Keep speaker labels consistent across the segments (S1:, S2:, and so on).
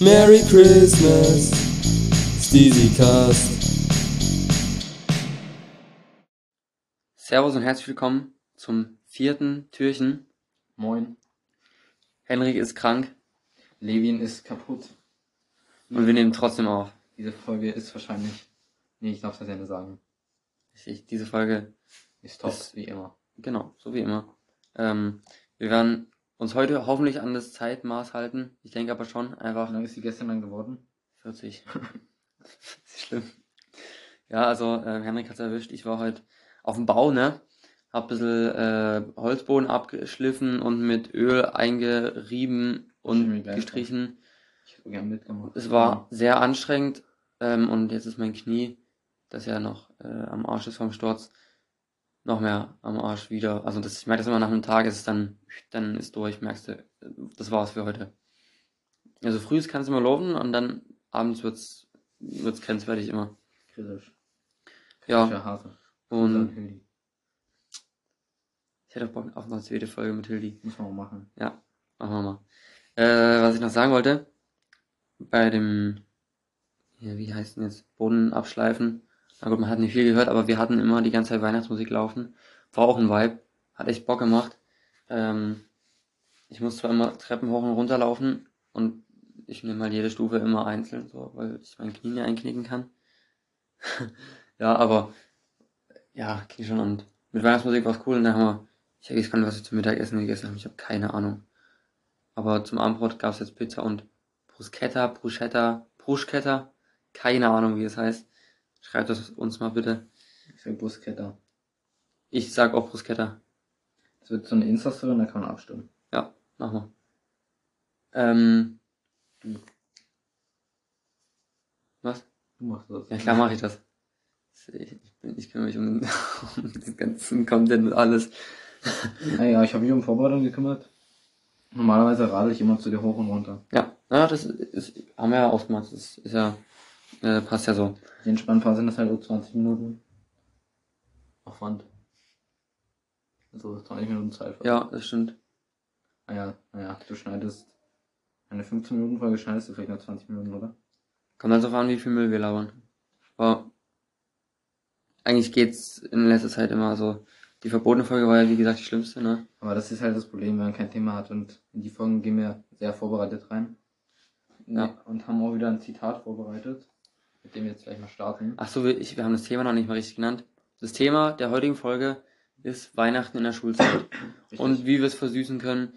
S1: Merry Christmas, Steezy Cast.
S2: Servus und herzlich willkommen zum vierten Türchen.
S3: Moin.
S2: Henrik ist krank
S3: Levin ist kaputt.
S2: und wir nehmen trotzdem auf.
S3: Diese Folge ist wahrscheinlich. Nee, ich darf das ja nicht sagen.
S2: Ich, diese Folge,
S3: Ist top,
S2: Ist-
S3: wie immer.
S2: genau, so wie immer. Ähm, wir werden uns heute hoffentlich an das Zeitmaß halten. Ich denke aber schon, einfach
S3: Wie lange ist sie gestern dann geworden?
S2: 40. ist schlimm. Ja, also äh, Henrik hat's erwischt. Ich war heute auf dem Bau, ne? Hab ein bisschen äh, Holzboden abgeschliffen und mit Öl eingerieben
S3: Schön, wie
S2: und
S3: geil.
S2: gestrichen.
S3: Ich hätte gern mitgemacht.
S2: Es war sehr anstrengend ähm, und jetzt ist mein Knie, das ja noch äh, am Arsch ist vom Sturz, noch mehr am Arsch wieder. Also das, ich merke das immer nach einem Tag, ist es dann, dann ist durch, merkst du, äh, das war's für heute. Also früh kann es immer laufen und dann abends wird's wird's grenzwertig immer.
S3: kritisch.
S2: Ja,
S3: Kritischer Hase.
S2: und
S3: Hildi.
S2: ich hätte auch Bock auf eine zweite Folge mit Hildi.
S3: Muss man mal machen.
S2: Machen wir mal. Äh, was ich noch sagen wollte, bei dem, ja, wie heißt denn jetzt, Boden abschleifen. Na gut, man hat nicht viel gehört, aber wir hatten immer die ganze Zeit Weihnachtsmusik laufen. War auch ein Vibe. Hat echt Bock gemacht. Ähm, ich muss zwar immer Treppen hoch und runter laufen und ich nehme halt jede Stufe immer einzeln, so, weil ich mein Knie nicht einknicken kann. ja, aber, ja, ging schon und mit Weihnachtsmusik war es cool und dann haben wir, ich habe gar nicht, was wir zum Mittagessen gegessen haben, ich habe keine Ahnung. Aber zum Abendbrot gab's jetzt Pizza und Bruschetta, Bruschetta, Bruschetta. Keine Ahnung, wie es heißt. Schreibt es uns mal bitte.
S3: Ich sag Brustketter.
S2: Ich sag auch Bruschetta.
S3: Es wird so eine Insta-Story und da kann man abstimmen.
S2: Ja, mach mal. Ähm. Was?
S3: Du machst das.
S2: Ja, klar mache ich das. Ich, bin, ich kümmere mich um, um den ganzen Content und alles.
S3: Ah ja, ich habe mich um Vorbereitung gekümmert. Normalerweise radel ich immer zu dir hoch und runter.
S2: Ja, ja das ist, haben wir ja ausgemacht. Das ist ja, äh, passt ja so.
S3: Die Entspannphase sind das halt so 20 Minuten. Aufwand. Also 20 Minuten Zeit. für-
S2: Ja, das stimmt.
S3: Naja, naja, ah du schneidest eine 15-Minuten-Folge, schneidest du vielleicht noch 20 Minuten, oder?
S2: Kommt halt drauf an, wie viel Müll wir labern. Aber eigentlich geht's in letzter Zeit immer so. Die verbotene Folge war ja, wie gesagt, die schlimmste, ne?
S3: Aber das ist halt das Problem, wenn man kein Thema hat. Und in die Folgen gehen wir sehr vorbereitet rein.
S2: Ja.
S3: Und haben auch wieder ein Zitat vorbereitet, mit dem wir jetzt gleich mal starten.
S2: Ach so, wir, ich, wir haben das Thema noch nicht mal richtig genannt. Das Thema der heutigen Folge ist Weihnachten in der Schulzeit.
S3: Richtig.
S2: und wie wir es versüßen können.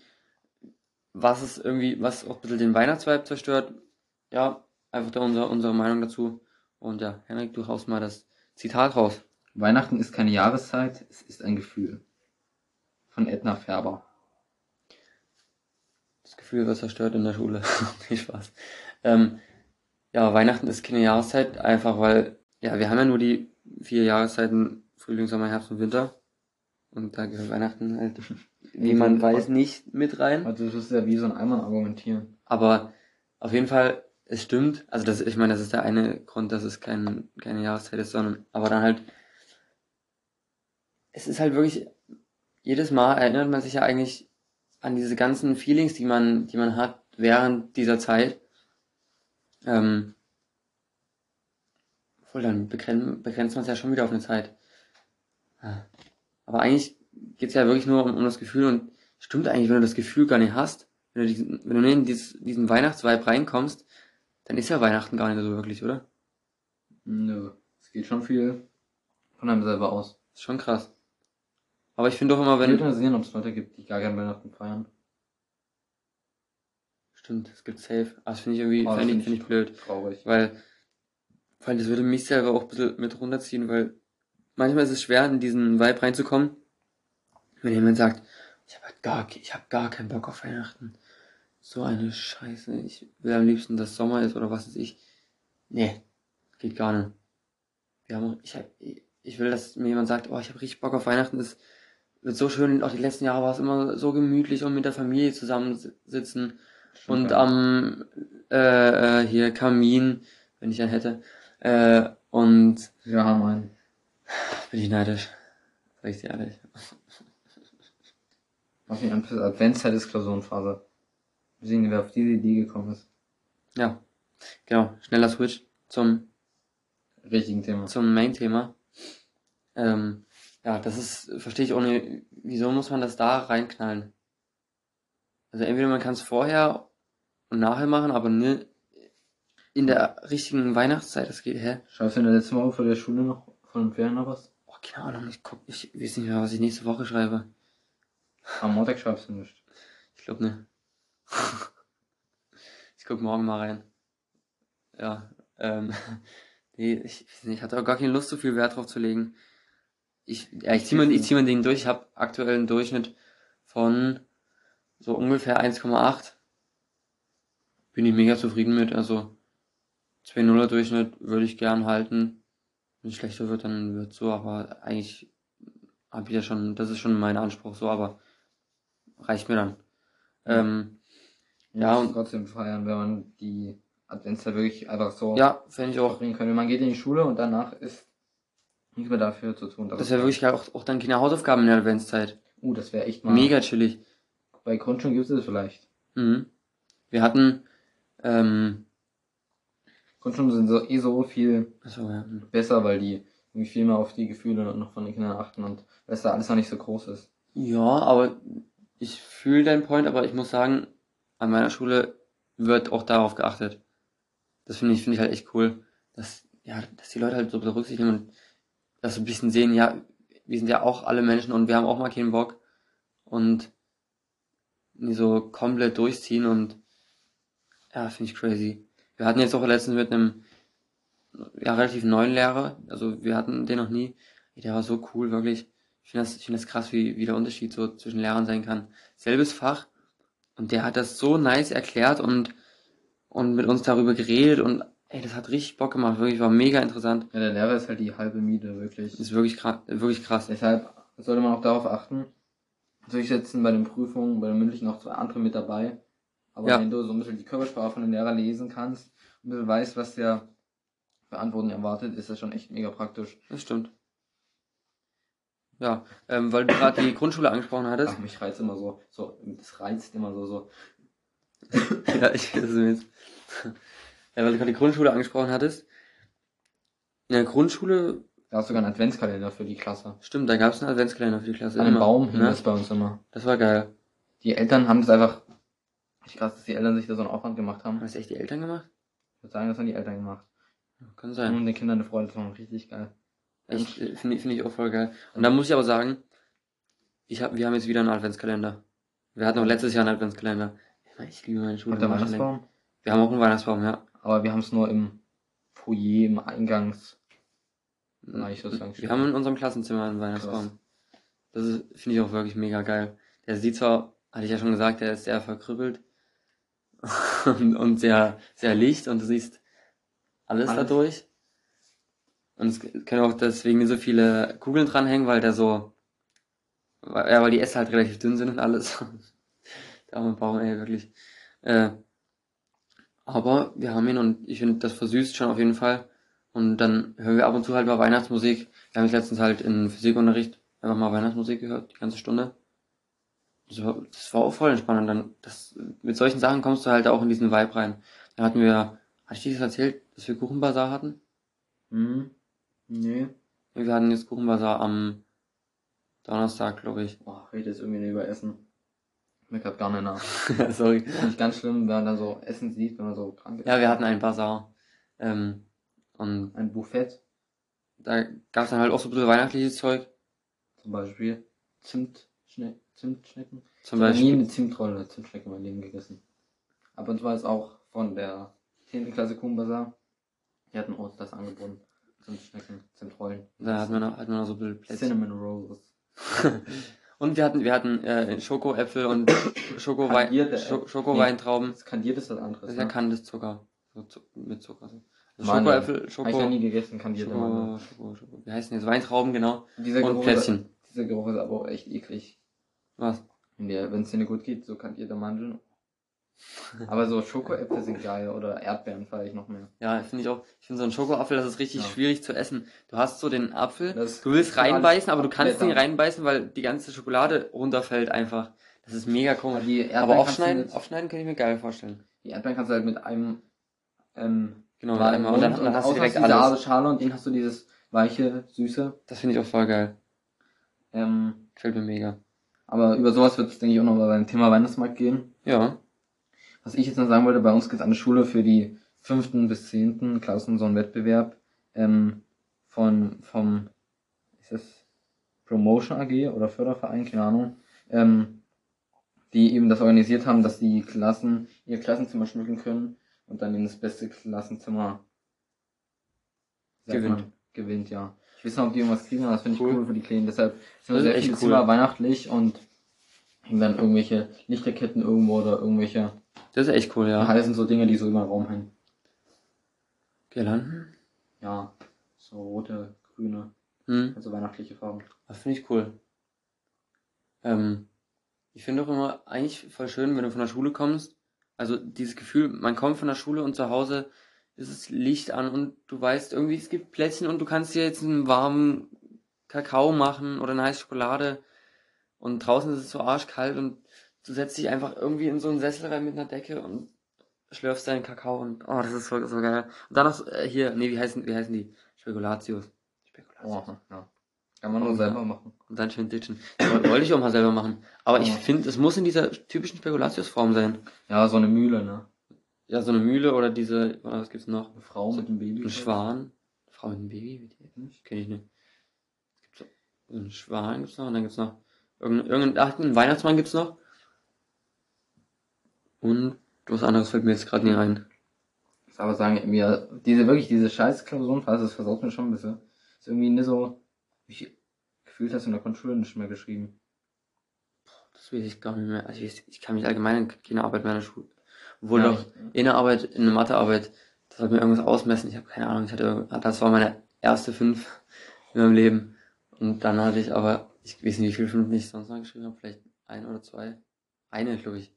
S2: Was es irgendwie, was auch ein bisschen den Weihnachtsvibe zerstört. Ja, einfach da unser, unsere Meinung dazu. Und ja, Henrik, du haust mal das Zitat raus.
S3: Weihnachten ist keine Jahreszeit, es ist ein Gefühl. Von Edna Färber.
S2: Das Gefühl wird zerstört in der Schule. Viel Spaß. Ähm, ja, Weihnachten ist keine Jahreszeit, einfach weil, ja, wir haben ja nur die vier Jahreszeiten, Frühling, Sommer, Herbst und Winter. Und da gehört Weihnachten halt, wie man weiß, nicht mit rein.
S3: Also das ist ja wie so ein Eimer argumentieren.
S2: Aber auf jeden Fall, es stimmt. Also das, ich meine, das ist der eine Grund, dass es kein, keine Jahreszeit ist, sondern, aber dann halt, es ist halt wirklich, jedes Mal erinnert man sich ja eigentlich an diese ganzen Feelings, die man, die man hat während dieser Zeit. Ähm, obwohl, dann begrenzt, begrenzt man es ja schon wieder auf eine Zeit. Ja. Aber eigentlich geht's ja wirklich nur um, um das Gefühl und stimmt eigentlich, wenn du das Gefühl gar nicht hast, wenn du, diesen, wenn du nicht in dieses, diesen Weihnachtsvibe reinkommst, dann ist ja Weihnachten gar nicht so wirklich, oder?
S3: Nö. Es geht schon viel von einem selber aus.
S2: Ist schon krass. Aber ich finde doch immer,
S3: Ich will
S2: wenn.
S3: mal sehen, ob es Leute gibt, die gar kein Weihnachten feiern.
S2: Stimmt, es gibt safe. Aber das finde ich irgendwie,
S3: Oh, das
S2: finde ich,
S3: find
S2: find
S3: ich-
S2: ich blöd.
S3: Traurig.
S2: Weil, weil das würde mich selber auch ein bisschen mit runterziehen, weil manchmal ist es schwer, in diesen Vibe reinzukommen, wenn jemand sagt, ich habe halt gar, ich hab gar keinen Bock auf Weihnachten. So eine Scheiße. Ich will am liebsten, dass Sommer ist oder was weiß ich. Nee, geht gar nicht. Wir haben, ich, hab, ich will, dass mir jemand sagt, oh, ich habe richtig Bock auf Weihnachten. Es wird so schön. Auch die letzten Jahre war es immer so gemütlich und mit der Familie zusammensitzen.
S3: Schon
S2: Und
S3: geil.
S2: am äh, äh, hier Kamin, wenn ich einen hätte. Äh, und
S3: Wir haben einen.
S2: bin ich neidisch. Sag ich dir ehrlich.
S3: Auf jeden Fall Adventszeit ist Klausurenphase. Wir sehen, wer auf diese Idee gekommen ist.
S2: Ja, genau. Schneller Switch zum,
S3: Richtigen Thema.
S2: zum Main-Thema. Ähm, ja, das ist, verstehe ich auch nicht, wieso muss man das da reinknallen? Also entweder man kann es vorher und nachher machen, aber ne, in der richtigen Weihnachtszeit, das geht, hä?
S3: Schreibst du in der letzten Woche vor der Schule noch von den Ferien noch was?
S2: Oh, keine Ahnung, ich guck, ich weiß nicht mehr, was ich nächste Woche schreibe.
S3: Am Montag schreibst du nicht.
S2: Ich glaube ne. ich guck morgen mal rein. Ja, ähm, nee, ich weiß nicht, ich hatte auch gar keine Lust, so viel Wert drauf zu legen. Ich, ja, ich zieh mein, ich zieh mein Ding durch. Ich habe aktuell einen Durchschnitt von so ungefähr 1,8. Bin ich mega zufrieden mit. Also 2,0er Durchschnitt würde ich gern halten. Wenn es schlechter wird, dann wird so. Aber eigentlich habe ich ja schon, das ist schon mein Anspruch so, aber reicht mir dann. Ähm, Ja,
S3: und
S2: und-
S3: trotzdem feiern, wenn man die Adventszeit wirklich einfach so
S2: ja, fände ich auch.
S3: verbringen können. Man geht in die Schule und danach ist nichts mehr dafür zu tun.
S2: Das wäre wirklich geil, auch, auch dann keine Hausaufgaben in der Adventszeit.
S3: Uh, das wäre echt mal.
S2: Mega chillig.
S3: Bei Grundschulen gibt es das vielleicht.
S2: Mhm. Wir hatten, ähm,
S3: Grundschulen sind so, eh so viel
S2: achso, ja. hm.
S3: besser, weil die irgendwie viel mehr auf die Gefühle noch von den Kindern achten und dass da alles noch nicht so groß ist.
S2: ja, aber ich fühle deinen Point, aber ich muss sagen, an meiner Schule wird auch darauf geachtet. Das finde ich, finde ich halt echt cool, dass, ja, dass die Leute halt so berücksichtigt nehmen und dass so ein bisschen sehen, ja, wir sind ja auch alle Menschen und wir haben auch mal keinen Bock und nie so komplett durchziehen und ja, finde ich crazy. Wir hatten jetzt auch letztens mit einem ja, relativ neuen Lehrer, also wir hatten den noch nie, der war so cool, wirklich. Ich finde das, ich finde das krass, wie, wie der Unterschied so zwischen Lehrern sein kann. Selbes Fach und der hat das so nice erklärt und, und mit uns darüber geredet und ey, das hat richtig Bock gemacht, wirklich, war mega interessant.
S3: Ja, der Lehrer ist halt die halbe Miete, wirklich.
S2: Ist wirklich krass, wirklich krass.
S3: Deshalb sollte man auch darauf achten, durchsetzen bei den Prüfungen, bei den mündlichen auch zwei andere mit dabei. Aber
S2: Ja.
S3: wenn du so ein bisschen die Körpersprache von dem Lehrer lesen kannst und ein bisschen weißt, was der für Antworten erwartet, ist das schon echt mega praktisch.
S2: Das stimmt. Ja, ähm, weil du gerade die Grundschule angesprochen hattest.
S3: Ach, mich reizt immer so, so, das reizt immer so, so.
S2: ja, ich das ist mir jetzt. Ja, weil du gerade die Grundschule angesprochen hattest. In der Grundschule,
S3: Da hast du sogar einen Adventskalender für die Klasse.
S2: stimmt, da gab es einen Adventskalender für die Klasse.
S3: An einem
S2: immer,
S3: Baum hing
S2: ne?
S3: das bei uns immer.
S2: Das war geil.
S3: Die Eltern haben das einfach, ich krass, dass die Eltern sich da so einen Aufwand gemacht haben.
S2: Haben das echt die Eltern gemacht?
S3: Ich würde sagen, das haben die Eltern gemacht.
S2: Kann
S3: Und
S2: sein.
S3: Um den Kindern eine Freude zu machen, richtig geil.
S2: Echt, äh, finde ich, finde ich auch voll geil. Und da muss ich aber sagen, ich hab, wir haben jetzt wieder einen Adventskalender. Wir hatten auch letztes Jahr einen Adventskalender. Ich liebe meine Schule.
S3: Und der
S2: Mann, ey.
S3: Weihnachtsbaum?
S2: Wir haben auch einen Weihnachtsbaum, ja.
S3: Aber wir haben es nur im Foyer, im Eingangs. Nein, ich würd's sagen,
S2: wir haben in unserem Klassenzimmer einen Weihnachtsbaum. Das ist- finde ich auch wirklich mega geil. Der sieht zwar, hatte ich ja schon gesagt, der ist sehr verkrüppelt und, und sehr, sehr licht und du siehst alles,
S3: Alles.
S2: dadurch. Und es können auch deswegen so viele Kugeln dranhängen, weil der so, weil- ja, weil die Äste halt relativ dünn sind und alles. Der arme Baum, ey, wirklich. Äh, aber wir haben ihn und ich finde, das versüßt schon auf jeden Fall. Und dann hören wir ab und zu halt mal Weihnachtsmusik. Wir haben jetzt letztens halt in Physikunterricht einfach mal Weihnachtsmusik gehört, die ganze Stunde. Das war, das war auch voll entspannend. Und Dann, das, mit solchen Sachen kommst du halt auch in diesen Vibe rein. Dann hatten wir, hatte ich dir das erzählt, dass wir Kuchenbazar hatten?
S3: Hm? Nee.
S2: Wir hatten jetzt Kuchenbazar am Donnerstag, glaube ich.
S3: Oh, ich rede jetzt irgendwie nicht über Essen. Mir grad gar nicht nach.
S2: Sorry.
S3: Ist nicht ganz schlimm, wenn man dann so Essen sieht, wenn man so krank ist.
S2: Ja, wir hatten einen Bazar. Ähm, und
S3: Ein Buffet
S2: da gab's dann halt auch so ein bisschen weihnachtliches Zeug.
S3: zum Beispiel. Zimt, Schne Zimtschnecken.
S2: Zum
S3: Ich hab nie
S2: Beispiel.
S3: eine Zimtrolle Zimtschnecken in meinem Leben gegessen. Aber und zwar ist auch von der 10. Klasse Kumbasar. Die hatten uns das angeboten. Zimtschnecken, Zimtrollen.
S2: Da hatten wir noch, hatten wir noch so ein bisschen Plätzchen.
S3: Cinnamon Rolls.
S2: Und wir hatten, wir hatten äh, Schokoäpfel und Schokowein,
S3: Kandierte
S2: Scho
S3: Äpfel.
S2: Schokoweintrauben.
S3: Das kandiert ist das andere. ne?
S2: Das ist ja kanntes Zucker. So zu, mit Zucker. so. Also
S3: Mandeln.
S2: Schokoäpfel,
S3: Hab ich noch nie
S2: Schoko,
S3: gegessen, kandiert immer.
S2: Schoko, Schoko, Schoko. Wie heißen die jetzt? Weintrauben, genau.
S3: Dieser
S2: Und
S3: Geruch
S2: Plätzchen.
S3: Ist, dieser Geruch ist aber auch echt eklig.
S2: Was?
S3: Wenn es dir nicht gut geht, so kann jeder Mandeln. Aber so Schokoäpfel sind geil oder Erdbeeren feiere ich noch mehr.
S2: Ja, finde ich auch. Ich finde so einen Schokoapfel, das ist richtig
S3: Ja.
S2: schwierig zu essen. Du hast so den Apfel,
S3: Das-
S2: du willst
S3: das kann
S2: reinbeißen,
S3: alles
S2: aber du kannst nicht
S3: abblättern.
S2: reinbeißen, weil die ganze Schokolade runterfällt einfach. Das ist mega komisch.
S3: Die Erdbeeren
S2: aber
S3: kannst du
S2: aufschneiden,
S3: mit-
S2: aufschneiden kann ich mir geil vorstellen.
S3: Die Erdbeeren kannst du halt mit einem ähm,
S2: Genau,
S3: war im
S2: einmal. Und
S3: Mund
S2: dann, dann hast du
S3: außen
S2: direkt
S3: diese
S2: alles.
S3: harte Schale und innen hast du dieses weiche, süße.
S2: Das finde ich auch voll geil.
S3: Ähm,
S2: Gefällt mir mega.
S3: aber über sowas wird es, denke ich, auch nochmal beim Thema Weihnachtsmarkt gehen.
S2: Ja.
S3: Was ich jetzt noch sagen wollte, bei uns gibt es an der Schule für die fünften bis zehnten Klassen so einen Wettbewerb ähm, von vom ist das Promotion AG oder Förderverein, keine Ahnung, ähm, die eben das organisiert haben, dass die Klassen ihr Klassenzimmer schmücken können und dann eben das beste Klassenzimmer wie sagt
S2: Gewinnt.
S3: man, gewinnt, ja. Ich weiß nicht, ob die irgendwas kriegen, aber das finde ich
S2: Cool.
S3: cool für die Kleinen. Deshalb sind
S2: Das ist
S3: sehr
S2: echt
S3: viele
S2: cool.
S3: Zimmer weihnachtlich und hängen dann irgendwelche Lichterketten irgendwo oder irgendwelche
S2: Das ist echt cool,
S3: ja.
S2: ja.
S3: heißen so Dinge, die so über den Raum hängen.
S2: Girlanden?
S3: Ja, so rote, grüne,
S2: Hm.
S3: also weihnachtliche Farben.
S2: Das finde ich cool. Ähm, ich finde auch immer eigentlich voll schön, wenn du von der Schule kommst. Also dieses Gefühl, man kommt von der Schule und zu Hause ist es Licht an und du weißt irgendwie, es gibt Plätzchen und du kannst dir jetzt einen warmen Kakao machen oder eine heiße Schokolade und draußen ist es so arschkalt und du setzt dich einfach irgendwie in so einen Sessel rein mit einer Decke und schlürfst deinen Kakao und oh, das ist so, so geil. Und dann noch äh, hier, nee, wie heißen, wie heißen die? Spekulatius. Spekulatius.
S3: Oh, ja. Kann man nur
S2: Oh,
S3: selber
S2: ja.
S3: machen.
S2: Und dann schön ditchen. Das woll- wollte ich auch mal selber machen. Aber ich
S3: Ja.
S2: finde, es muss in dieser typischen Spekulatiusform sein.
S3: Ja, so eine Mühle, ne?
S2: Ja, so eine Mühle oder diese, oder was gibt's noch?
S3: Eine Frau mit einem Baby.
S2: Ein Schwan. Frau mit einem Baby? Mit ihr? Kenn ich nicht. Es gibt so einen Schwan gibt's noch und dann gibt's noch irgendeinen, irgendein, ach, einen Weihnachtsmann gibt's noch. Und was anderes fällt mir jetzt gerade nie ein.
S3: Ich muss aber sagen, mir, diese, wirklich, diese scheiß Klausurenphase, das versaut mir schon ein bisschen. Ist irgendwie nicht so, ich gefühlt hast du in der Grundschule nicht mehr geschrieben.
S2: Das weiß ich gar nicht mehr. Also ich, weiß- ich kann mich allgemein an keine Arbeit mehr in der Schule. Obwohl
S3: Ja,
S2: doch,
S3: ich-
S2: in der Arbeit, in der Mathearbeit, das hat mir irgendwas ausmessen. Ich habe keine Ahnung. Ich hatte, irgend- das war meine erste fünf in meinem Leben. Und dann hatte ich aber, ich weiß nicht, wie viele Fünf ich sonst noch geschrieben habe. Vielleicht ein oder zwei. Eine, glaube ich.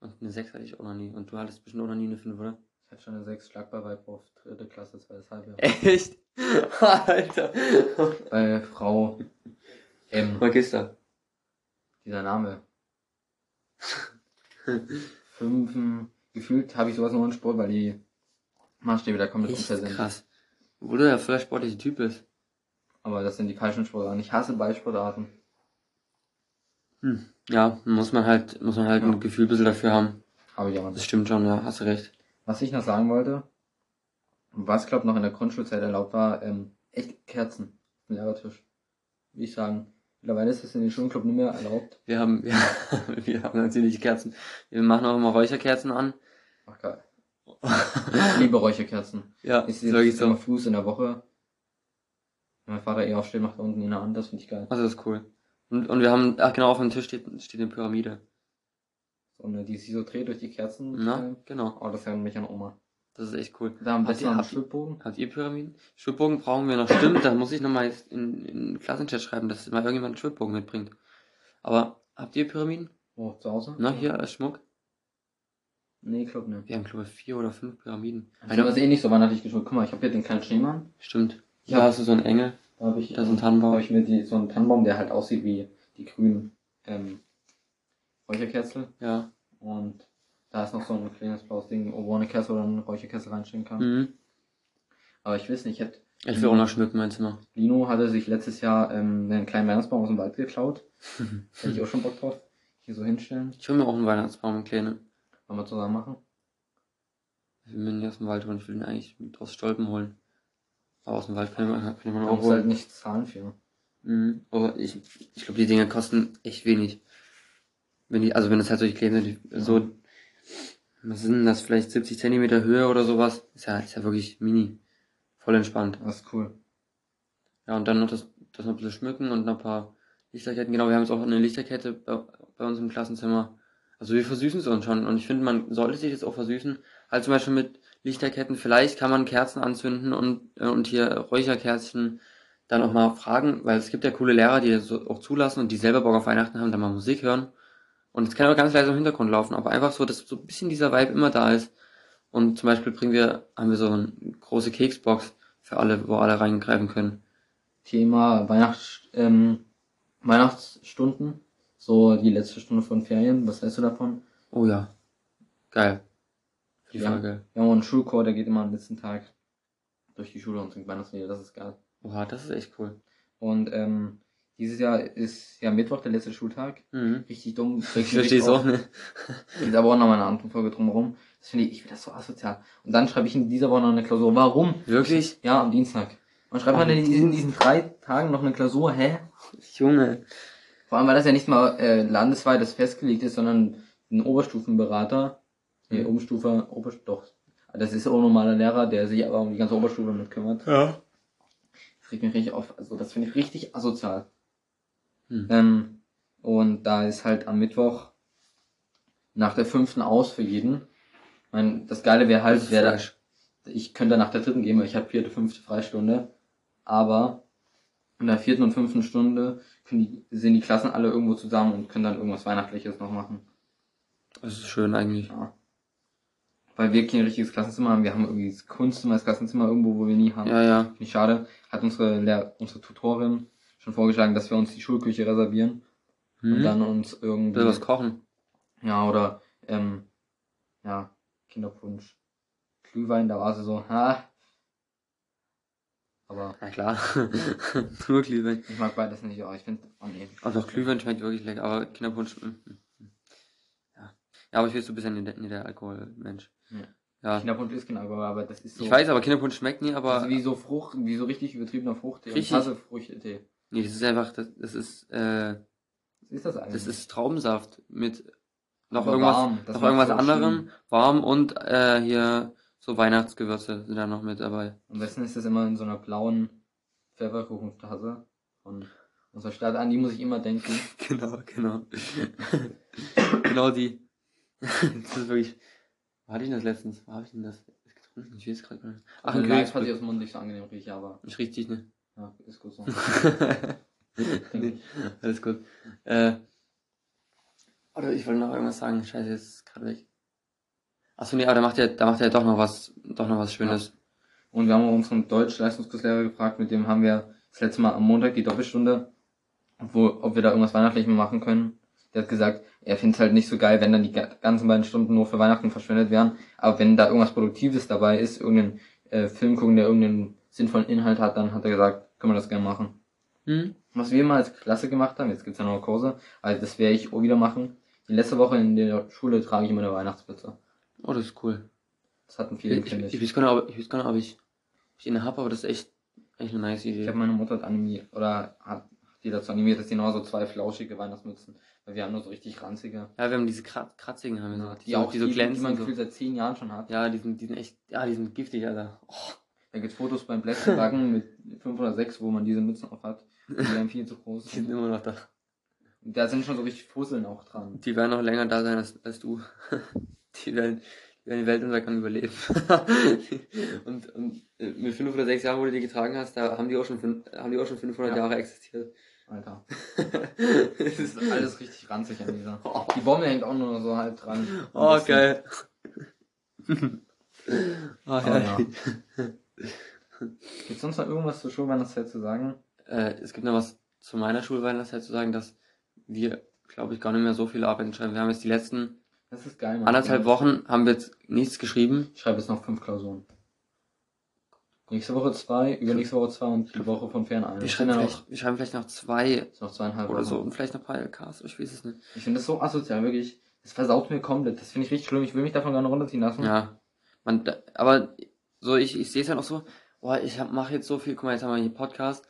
S2: Und eine sechs hatte ich auch noch nie. Und du hattest bestimmt auch noch nie eine fünf, oder?
S3: Ich hatte schon eine 6 schlagbar bei Prof. dritte Klasse, zweites Halbjahr.
S2: Echt? Alter.
S3: Bei Frau M.
S2: Magister.
S3: Dieser Name. Fünfen. Gefühlt habe ich sowas nur in Sport, weil die Maßstäbe da komplett
S2: Echt
S3: unter sind.
S2: krass. Obwohl du ja voll der sportliche Typ bist.
S3: Aber das sind die falschen Sportarten. Ich hasse Ballsportarten.
S2: Ja, muss man halt, muss man halt
S3: Ja.
S2: ein Gefühl ein bisschen dafür haben.
S3: Habe ich aber
S2: Das
S3: nicht.
S2: stimmt schon, ja, hast du recht.
S3: Was ich noch sagen wollte, was glaube noch in der Grundschulzeit erlaubt war, ähm, echt Kerzen am Lehrertisch. Wie ich sagen. Mittlerweile ist das in den Schulenclub nicht mehr erlaubt.
S2: Wir haben, wir, wir haben natürlich Kerzen. Wir machen auch immer Räucherkerzen an.
S3: Ach geil. Ich liebe Räucherkerzen.
S2: ja,
S3: Ist
S2: ist
S3: jetzt
S2: wirklich
S3: immer
S2: so.
S3: Fuß in der Woche. Wenn mein Vater eh aufsteht, macht er unten in der Hand, das finde ich geil.
S2: Also das ist cool. Und, und wir haben, ach genau, auf dem Tisch steht, steht eine Pyramide.
S3: Und äh, die sie so dreht durch die Kerzen.
S2: Na, genau.
S3: Oh, das erinnert mich an Oma.
S2: Das ist echt cool.
S3: Da am
S2: Habt
S3: besten
S2: ihr-
S3: am
S2: habt ihr-
S3: Schwibbogen.
S2: Habt ihr Pyramiden? Schwibbogen brauchen wir noch. Stimmt, da muss ich nochmal in, in den Klassenchat schreiben, dass mal irgendjemand einen Schwibbogen mitbringt. Aber habt ihr Pyramiden?
S3: Oh, zu Hause?
S2: Na, hier als Schmuck?
S3: Nee, glaub nicht.
S2: Wir haben, glaube ich, vier oder fünf Pyramiden.
S3: Also, das ist eh nicht so weihnachtlich geschmückt. Guck mal, ich habe hier den kleinen Schneemann.
S2: Stimmt.
S3: Ja.
S2: Ja, hast du so einen Engel.
S3: Da habe ich, ähm,
S2: Da ist ein
S3: da hab
S2: Tannenbaum.
S3: ich mir die, so einen Tannenbaum, der halt aussieht wie die grünen ähm, Räucherkerzel.
S2: Ja.
S3: Und da ist noch so ein kleines blaues Ding, wo man eine Kerze oder einen Räucherkerzel reinstellen kann. Hm.
S2: Mhm.
S3: Aber ich weiß nicht, ich hätte,
S2: Ich will auch noch schmücken, mein Zimmer.
S3: Lino hatte sich letztes Jahr ähm, einen kleinen Weihnachtsbaum aus dem Wald geklaut. hätte ich auch schon Bock drauf. Hier so hinstellen.
S2: Ich will mir auch einen Weihnachtsbaum, einen kleinen.
S3: Wollen wir zusammen machen?
S2: Wir müssen ihn aus dem Wald holen. Ich will ihn eigentlich mit aus Stolpen holen. Aber aus dem Wald kann man, kann man
S3: Da
S2: auch
S3: musst du halt
S2: holen.
S3: nicht zahlen für.
S2: Mhm. Aber ich, ich glaube, die Dinger kosten echt wenig. Wenn die, also wenn das halt solche kleinen sind, die,
S3: Ja.
S2: so, was sind denn das, vielleicht 70 Zentimeter Höhe oder sowas? Ist ja, ist ja wirklich mini. Voll entspannt.
S3: Das ist cool.
S2: Ja, und dann noch das, das noch ein bisschen schmücken und noch ein paar Lichterketten. Genau, wir haben jetzt auch eine Lichterkette bei, bei uns im Klassenzimmer. Also wir versüßen es uns schon. Und ich finde, man sollte sich jetzt auch versüßen. Halt zum Beispiel mit Lichterketten. Vielleicht kann man Kerzen anzünden und, äh, und hier Räucherkerzen dann auch mal fragen. Weil es gibt ja coole Lehrer, die das so auch zulassen und die selber Bock auf Weihnachten haben, dann mal Musik hören. Und es kann aber ganz leise im Hintergrund laufen. Aber einfach so, dass so ein bisschen dieser Vibe immer da ist. Und zum Beispiel bringen wir, haben wir so eine große Keksbox für alle, wo alle reingreifen können.
S3: Thema Weihnachts, ähm, Weihnachtsstunden, so die letzte Stunde von Ferien. Was hältst du davon?
S2: Oh ja. Oh Geil. Die
S3: Ja.
S2: Frage.
S3: Wir haben auch einen Schulchor, der geht immer am letzten Tag durch die Schule und singt Weihnachtslieder, das ist geil.
S2: Oha, das ist echt cool.
S3: Und ähm, dieses Jahr ist ja Mittwoch, der letzte Schultag.
S2: Mhm.
S3: Richtig dumm.
S2: Ich verstehe es auch
S3: nicht.
S2: nicht.
S3: Geht aber auch noch mal eine andere Folge drumherum. Das finde ich, ich finde das so asozial. Und dann schreibe ich in dieser Woche noch eine Klausur. Warum?
S2: Wirklich?
S3: Ja, am Dienstag. Man schreibt man in diesen, in diesen drei Tagen noch eine Klausur, hä?
S2: Junge.
S3: Vor allem, weil das ja nicht mal äh, landesweit das festgelegt ist, sondern ein Oberstufenberater, nee,
S2: Mhm.
S3: Oberstufe, Ober, doch, das ist auch ein normaler Lehrer, der sich aber um die ganze Oberstufe mit kümmert.
S2: Ja.
S3: Das regt mich richtig auf. Also das finde ich richtig asozial.
S2: Hm.
S3: Ähm, und da ist halt am Mittwoch nach der fünften aus für jeden. Ich mein, das Geile wäre
S2: Das
S3: halt,
S2: ist
S3: wäre
S2: fresh.
S3: da, ich könnte nach der dritten gehen, weil ich habe vierte, fünfte Freistunde. Aber in der vierten und fünften Stunde können die, sind die Klassen alle irgendwo zusammen und können dann irgendwas Weihnachtliches noch machen.
S2: Das ist schön eigentlich.
S3: Ja. Weil wir kein richtiges Klassenzimmer haben. Wir haben irgendwie das Kunstzimmer, das Klassenzimmer irgendwo, wo wir nie haben.
S2: Ja, ja.
S3: Finde ich schade. Hat unsere, Lehr unsere Tutorin schon vorgeschlagen, dass wir uns die Schulküche reservieren und
S2: Mhm.
S3: dann uns irgendwie.
S2: Will was kochen.
S3: Ja, oder ähm, ja, Kinderpunsch. Glühwein, da war sie so, ha. Aber
S2: Na klar. Nur Glühwein.
S3: ich mag beides nicht, aber ich finde, oh nee.
S2: Also auch Glühwein schmeckt wirklich lecker, aber Kinderpunsch. mm, mm, mm. Ja. ja, aber ich will so ein bisschen nicht nicht der Alkoholmensch.
S3: Ja.
S2: Ja.
S3: Kinderpunsch ist kein Alkohol, aber das ist so.
S2: Ich weiß, aber Kinderpunsch schmeckt nie, aber.
S3: das ist wie so Frucht, wie so richtig übertriebener Fruchttee.
S2: Richtig.
S3: Ich hasse Früchtetee.
S2: Nee, das ist einfach, das, das ist, äh,
S3: Was ist das eigentlich?
S2: das ist Traubensaft mit noch
S3: Aber
S2: irgendwas,
S3: warm, das
S2: noch
S3: macht's
S2: irgendwas
S3: so
S2: anderem,
S3: schlimm.
S2: warm und äh, hier so Weihnachtsgewürze sind da noch mit dabei.
S3: Am besten ist das immer in so einer blauen Pfefferkuchentasse von unserer Stadt an, die muss ich immer denken.
S2: Genau, genau. genau die. das ist wirklich. Wo hatte ich denn das letztens? Wo habe ich denn das getrunken? Ich weiß gerade gar nicht. Ach, in
S3: Nein, es hat sich
S2: Königsbrück.
S3: aus dem Mund nicht so angenehm riecht, aber
S2: Ich riech dich, ne?
S3: ja, ist gut so.
S2: nee, alles gut. Äh, oder ich wollte noch irgendwas sagen. Scheiße, jetzt ist es gerade weg. Achso, nee, aber da macht er, da macht er doch noch was, doch noch was Schönes.
S3: Und wir haben auch unseren Deutsch-Leistungskurslehrer gefragt, mit dem haben wir das letzte Mal am Montag die Doppelstunde, wo, ob wir da irgendwas Weihnachtliches machen können. Der hat gesagt, er findet es halt nicht so geil, wenn dann die ga- ganzen beiden Stunden nur für Weihnachten verschwendet werden. Aber wenn da irgendwas Produktives dabei ist, irgendein äh, Film gucken, der irgendeinen sinnvollen Inhalt hat, dann hat er gesagt, können wir das gerne machen.
S2: Hm?
S3: Was wir mal als Klasse gemacht haben, jetzt gibt's ja noch Kurse, also das werde ich auch wieder machen. Die letzte Woche in der Schule trage ich immer eine Weihnachtsmütze.
S2: Oh, das ist cool.
S3: Das hatten viele
S2: Ich, ich,
S3: Kinder.
S2: ich weiß gar nicht, ob ich, weiß gar nicht, ob ich, ob ich ihn hab, aber das ist echt, echt eine nice Idee.
S3: Ich habe meine Mutter hat animiert, oder hat die dazu animiert, dass die noch so zwei flauschige Weihnachtsmützen, weil wir haben nur so richtig ranzige.
S2: ja, wir haben diese Krat kratzigen, haben wir noch. Die,
S3: Die
S2: so-
S3: auch,
S2: die so
S3: die man
S2: glänzen.
S3: gefühlt
S2: so.
S3: seit zehn Jahren schon hat.
S2: Ja, die sind, die sind echt, ja, die sind giftig, Alter. Oh,
S3: Da gibt's Fotos beim Plätzchenbacken mit fünf oder sechs, wo man diese Mützen auch hat. Die werden viel zu
S2: die
S3: groß.
S2: sind immer noch da.
S3: Und Da sind schon so richtig Fusseln auch dran.
S2: Die werden noch länger da sein als, als du. Die werden, die werden den Weltuntergang überleben. und und äh, mit fünf oder sechs Jahren, wo du die getragen hast, da haben die auch schon, fün- haben die auch schon 500
S3: Ja.
S2: Jahre existiert.
S3: Alter.
S2: das
S3: Das ist alles richtig ranzig an dieser. Die Bombe hängt auch nur so halb dran. Am
S2: Oh,
S3: besten-
S2: geil. Ah,
S3: Aber
S2: ja.
S3: ja. Gibt's sonst noch irgendwas zur Schulweihnachtszeit zu sagen?
S2: Äh, es gibt noch was zu meiner Schulweihnachtszeit zu sagen, dass wir, glaube ich, gar nicht mehr so viele Arbeiten schreiben. Wir haben jetzt die letzten
S3: Das ist geil, Mann.
S2: anderthalb Wochen haben wir jetzt nichts geschrieben.
S3: Ich schreibe jetzt noch fünf Klausuren. Nächste Woche zwei, übernächste Woche zwei und die Woche von fern eine.
S2: Wir
S3: Ich
S2: schreiben,
S3: finde noch,
S2: vielleicht, wir schreiben vielleicht noch zwei
S3: ist noch zweieinhalb
S2: Oder
S3: Wochen.
S2: so, und vielleicht noch ein paar LKs, ich weiß es nicht.
S3: Ich finde das so asozial, wirklich. Das versaut mir komplett. Das finde ich richtig schlimm. Ich will mich davon gar nicht runterziehen lassen.
S2: Ja. Man, da- aber so, ich, ich sehe es halt auch so, boah, ich mache jetzt so viel, guck mal, jetzt haben wir hier Podcast,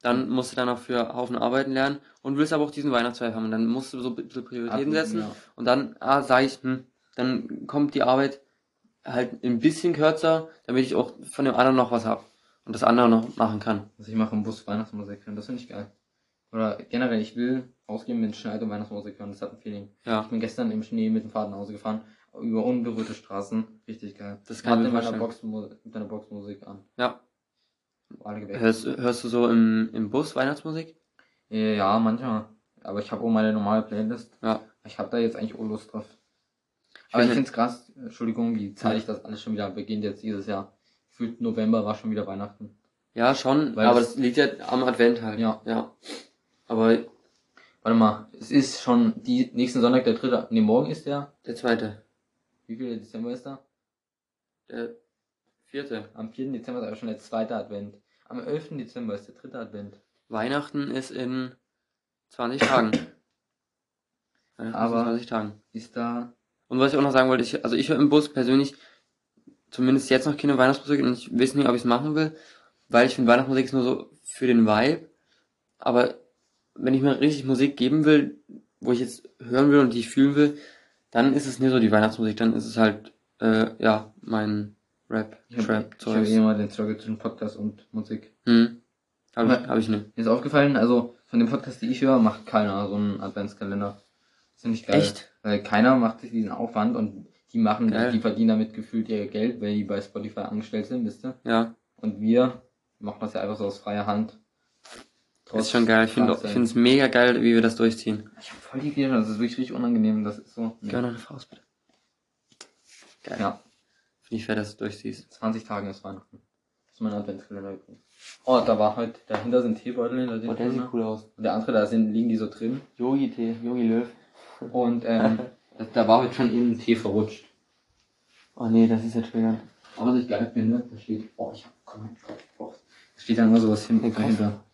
S2: dann musst du dann noch für Haufen Arbeiten lernen und willst aber auch diesen Weihnachtsfeier haben und dann musst du so ein bisschen Prioritäten
S3: Abbiegen,
S2: setzen
S3: ja.
S2: und dann, ah, sag ich, hm, dann kommt die Arbeit halt ein bisschen kürzer, damit ich auch von dem anderen noch was hab und das andere noch machen kann.
S3: Also ich mache im Bus Weihnachtsmusik hören. Das finde ich geil. Oder generell, ich will rausgehen mit Schneid und Weihnachtsmusik hören. Das hat ein Feeling.
S2: Ja,
S3: Ich bin gestern im Schnee mit dem Fahrrad nach Hause gefahren. Über unberührte Straßen. Richtig geil.
S2: Das kann ich mir
S3: ich mit meiner Box,
S2: vorstellen.
S3: mit deiner Boxmusik an.
S2: ja.
S3: Alle geweckt.
S2: Hörst, hörst du so im, im Bus Weihnachtsmusik?
S3: Ja, manchmal. Aber ich habe auch meine normale Playlist.
S2: Ja.
S3: Ich habe da jetzt eigentlich auch Lust drauf. Aber ich
S2: finde-
S3: finde es krass, Entschuldigung, wie zeitig das alles schon wieder beginnt jetzt dieses Jahr. Gefühlt November war schon wieder Weihnachten.
S2: Ja, schon,
S3: Weil
S2: aber
S3: es-
S2: das liegt ja am Advent halt.
S3: Ja.
S2: Ja. Aber
S3: Warte mal, es ist schon die nächsten Sonntag, der dritte. Ne, morgen ist der.
S2: der zweite.
S3: Wie viel Dezember ist da?
S2: Der vierte.
S3: Am 4. Dezember ist aber schon der zweite Advent. Am 11. Dezember ist der dritte Advent.
S2: Weihnachten ist in 20 Tagen. Weihnachten ist in
S3: Aber-
S2: 20 Tagen.
S3: Ist da.
S2: Und was ich auch noch sagen wollte, ich, also ich höre im Bus persönlich zumindest jetzt noch keine Weihnachtsmusik und ich weiß nicht, ob ich es machen will, weil ich finde, Weihnachtsmusik ist nur so für den Vibe. Aber wenn ich mir richtig Musik geben will, wo ich jetzt hören will und die ich fühlen will, dann ist es nicht so die Weihnachtsmusik, dann ist es halt, äh, ja, mein Rap,
S3: Ich habe
S2: Trap,
S3: ich hab
S2: Zeugs.
S3: eh immer den Struggle zwischen Podcast und Musik.
S2: Hm. Hab
S3: Aber-
S2: ich, hab ich nicht.
S3: Mir ist aufgefallen, also von dem Podcast, die ich höre, macht keiner so einen Adventskalender. Ist ja nicht geil.
S2: Echt?
S3: Weil keiner macht sich diesen Aufwand und die machen,
S2: Geil.
S3: die verdienen damit gefühlt ihr Geld, weil die bei Spotify angestellt sind, wisst ihr?
S2: Ja.
S3: Und wir machen das ja einfach so aus freier Hand.
S2: ist schon geil. Ich finde
S3: Wahnsinn.
S2: es mega geil, wie wir das durchziehen.
S3: Ich hab voll die Idee, das ist wirklich richtig unangenehm, das ist so.
S2: Geh auch noch eine Faust, bitte. Geil.
S3: Ja,
S2: Finde ich fair, dass du durchziehst.
S3: 20 Tage ist Weihnachten. Das ist mein Adventskalender übrigens. Oh, da war halt, dahinter sind Teebeutel hinter dem
S2: Oh,
S3: Kalender.
S2: cool aus.
S3: Und der andere, da sind, liegen die so drin.
S2: Yogi-Tee, Yogi-Löw.
S3: Und ähm, das, da war heute schon eben ein Tee verrutscht.
S2: Oh nee, das ist ja triggern.
S3: Aber was ich geil finde, da steht, oh, ich hab, komm, mein Kopf raus. Da steht dann immer sowas hin,
S2: Der Kopf.
S3: dahinter.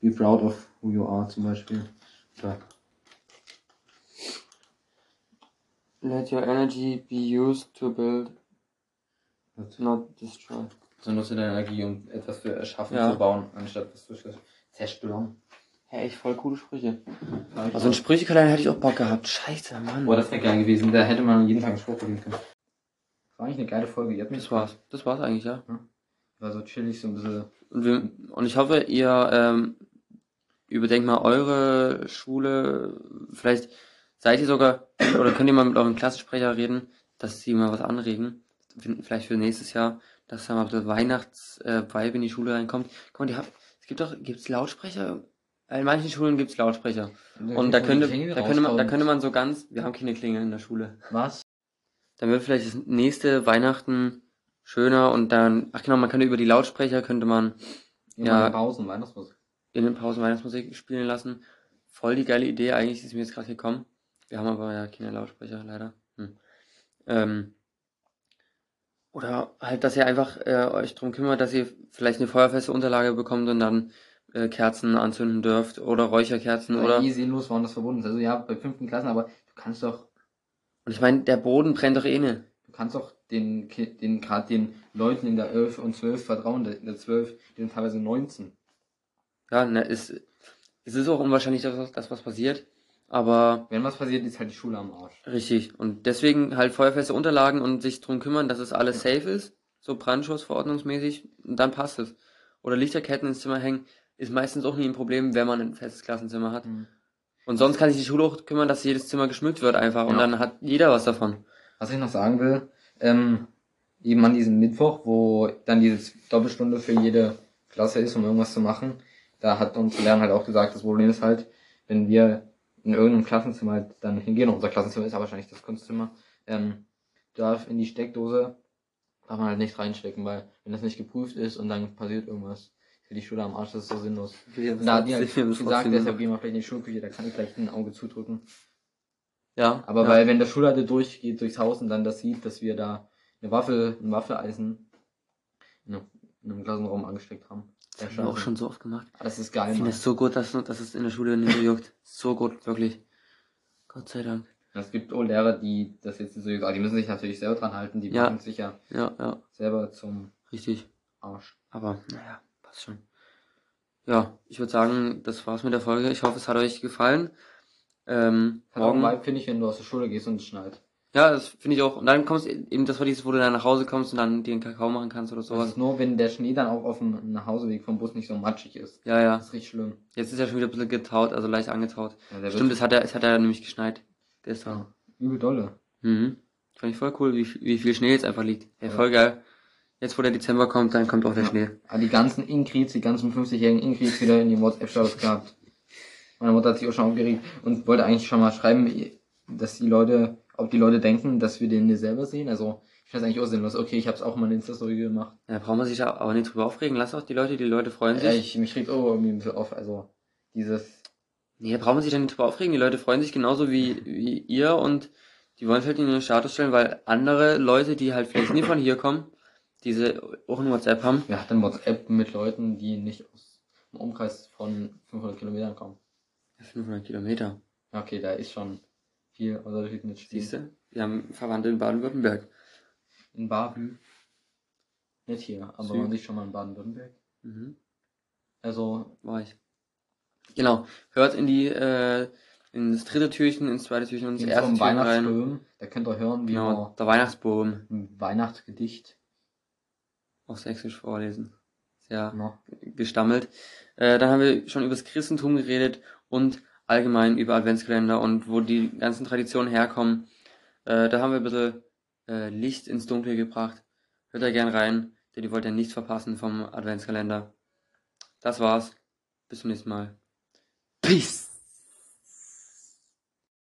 S3: Be proud of who you are zum Beispiel. Da.
S2: Let your energy be used to build,
S3: So
S2: not destroy.
S3: nutze deine Energie, um etwas für erschaffen
S2: Ja.
S3: zu bauen, anstatt was zu zer- zerstören.
S2: Hey, echt voll coole Sprüche. Also ein Sprüchekalender hätte ich auch Bock gehabt. Scheiße, Mann.
S3: Boah, das wäre geil gewesen, da hätte man jeden Tag einen Spruch probieren können. Das war eigentlich eine geile Folge, ihr habt mich
S2: Das war's. Das war's eigentlich, ja.
S3: war so chillig, so ein bisschen.
S2: Und, wir, und ich hoffe, ihr ähm, überdenkt mal eure Schule. Vielleicht seid ihr sogar, oder könnt ihr mal mit euren Klassensprecher reden, dass sie mal was anregen. Vielleicht für nächstes Jahr, dass da mal der Weihnachts-Vibe in die Schule reinkommt. Guck mal, die haben, es gibt doch, gibt's Lautsprecher? In manchen Schulen gibt's Lautsprecher. Und da könnte, da könnte man, da könnte man so ganz, wir haben keine Klingel in der Schule.
S3: Was?
S2: Dann wird vielleicht das nächste Weihnachten schöner und dann, ach genau, man könnte über die Lautsprecher, könnte man Ja.
S3: Ja. Pausen, Weihnachtsmusik.
S2: in den Pausen Weihnachtsmusik spielen lassen. Voll die geile Idee, eigentlich ist mir jetzt gerade gekommen. Wir haben aber ja keine Lautsprecher, leider. Hm. Ähm, oder halt, dass ihr einfach äh, euch drum kümmert, dass ihr vielleicht eine feuerfeste Unterlage bekommt und dann äh, Kerzen anzünden dürft oder Räucherkerzen
S3: Oder?
S2: oder.
S3: Wie sinnlos eh waren das verbunden? ist. Also ja, bei fünften Klassen, aber du kannst doch
S2: Und ich meine, der Boden brennt doch eh ne.
S3: Du kannst auch den, Ki- den gerade den Leuten in der 11 und 12 vertrauen, der- in der 12, die sind teilweise 19.
S2: Ja, ne, ist, es ist auch unwahrscheinlich, dass, was- dass was passiert, aber
S3: Wenn was passiert, ist halt die Schule am Arsch.
S2: Richtig. Und deswegen halt feuerfeste Unterlagen und sich drum kümmern, dass es alles safe ist. So Brandschutz verordnungsmäßig. Und dann passt es. Oder Lichterketten ins Zimmer hängen. Ist meistens auch nie ein Problem, wenn man ein festes Klassenzimmer
S3: Mhm.
S2: hat. Und sonst kann sich die Schule auch kümmern, dass jedes Zimmer geschmückt wird einfach. Und
S3: Ja.
S2: dann hat jeder was davon.
S3: Was ich noch sagen will, ähm, eben an diesem Mittwoch, wo dann diese Doppelstunde für jede Klasse ist, um irgendwas zu machen, da hat uns Lernen halt auch gesagt, das Problem ist halt, wenn wir in irgendeinem Klassenzimmer halt dann hingehen, unser Klassenzimmer ist ja wahrscheinlich das Kunstzimmer, ähm, darf in die Steckdose, darf man halt nicht reinstecken, weil wenn das nicht geprüft ist und dann passiert irgendwas, ist ja die Schule am Arsch, das ist so sinnlos. Da hat die halt gesagt, deshalb gehen wir vielleicht in die Schulküche, da kann ich vielleicht ein Auge zudrücken.
S2: ja.
S3: Aber
S2: ja.
S3: weil wenn der Schulleiter durchgeht durchs Haus und dann das sieht, dass wir da eine Waffe, ein Waffeleisen in einem- in einem Klassenraum angesteckt haben.
S2: Das haben wir auch schon so oft gemacht.
S3: Ah, das ist
S2: Ich
S3: geil,
S2: finde
S3: Mann.
S2: es so gut, dass, dass es in der Schule nicht so juckt. So gut, wirklich. Gott sei Dank.
S3: Es gibt auch Lehrer, die das jetzt nicht so aber die müssen sich natürlich selber dran halten, die
S2: Ja.
S3: machen sich ja
S2: Ja, ja.
S3: selber zum
S2: Richtig.
S3: Arsch.
S2: Aber naja, passt schon. Ja, ich würde sagen, das war's mit der Folge. Ich hoffe, es hat euch gefallen. Ähm,
S3: Hat auch einen
S2: morgen.
S3: Vibe, finde ich, wenn du aus der Schule gehst und es schneit.
S2: Ja, das finde ich auch. Und dann kommst eben, das war dieses, wo du dann nach Hause kommst und dann dir einen Kakao machen kannst oder
S3: Das
S2: sowas.
S3: ist nur, wenn der Schnee dann auch auf dem Nachhauseweg vom Bus nicht so matschig ist.
S2: Ja, ja.
S3: Das ist richtig schlimm.
S2: Jetzt ist ja schon wieder ein bisschen getaut, also leicht angetaut.
S3: Ja, der
S2: Stimmt,
S3: wird-
S2: es hat ja, es hat ja nämlich geschneit. Gestern.
S3: ja, übel dolle.
S2: Mhm. Fand ich voll cool, wie, wie viel Schnee jetzt einfach liegt. Ja,
S3: Ja.
S2: voll geil. Jetzt, wo der Dezember kommt, dann kommt auch der
S3: Ja.
S2: Schnee.
S3: Aber die ganzen Inkrids, die ganzen 50-jährigen Inkrids wieder in die WhatsApp-Status gehabt. Meine Mutter hat sich auch schon aufgeregt und wollte eigentlich schon mal schreiben, dass die Leute, ob die Leute denken, dass wir den hier selber sehen. Also, ich finde das eigentlich auch sinnlos. Okay, ich habe es auch mal in Insta-Story gemacht.
S2: Da braucht man sich da aber nicht drüber aufregen. Lass auch die Leute, die Leute freuen sich.
S3: Ja, ich, mich regt auch irgendwie ein bisschen auf. Also, dieses,
S2: Nee, da braucht man sich dann nicht drüber aufregen. Die Leute freuen sich genauso wie, wie ihr und Die wollen es halt in den Status stellen, weil andere Leute, die halt vielleicht nicht von hier kommen, diese auch ein WhatsApp haben.
S3: Wer hat denn WhatsApp mit Leuten, die nicht aus dem Umkreis von 500 Kilometern kommen?
S2: 500 Kilometer.
S3: Ja, okay, da ist schon viel Unterschied mit Spiel.
S2: Siehst du? Wir haben Verwandte in Baden-Württemberg.
S3: In Baden. Nicht hier, aber
S2: Süd.
S3: man sieht schon mal in Baden-Württemberg.
S2: Mhm.
S3: Also,
S2: War ich. Genau. Hört in die, äh, ins dritte Türchen, ins zweite Türchen und ins
S3: geht
S2: erste
S3: vom
S2: Türchen rein.
S3: Weihnachtsböhm, um da könnt ihr hören, wie
S2: Genau, der Weihnachtsbogen.
S3: man ein Weihnachtsgedicht
S2: Auf Sächsisch vorlesen. Sehr
S3: noch
S2: gestammelt. Äh, dann haben wir schon über das Christentum geredet und allgemein über Adventskalender und wo die ganzen Traditionen herkommen. Äh, da haben wir ein bisschen äh, Licht ins Dunkle gebracht. Hört da gern rein, denn ihr wollt ja nichts verpassen vom Adventskalender. Das war's. Bis zum nächsten Mal. Peace!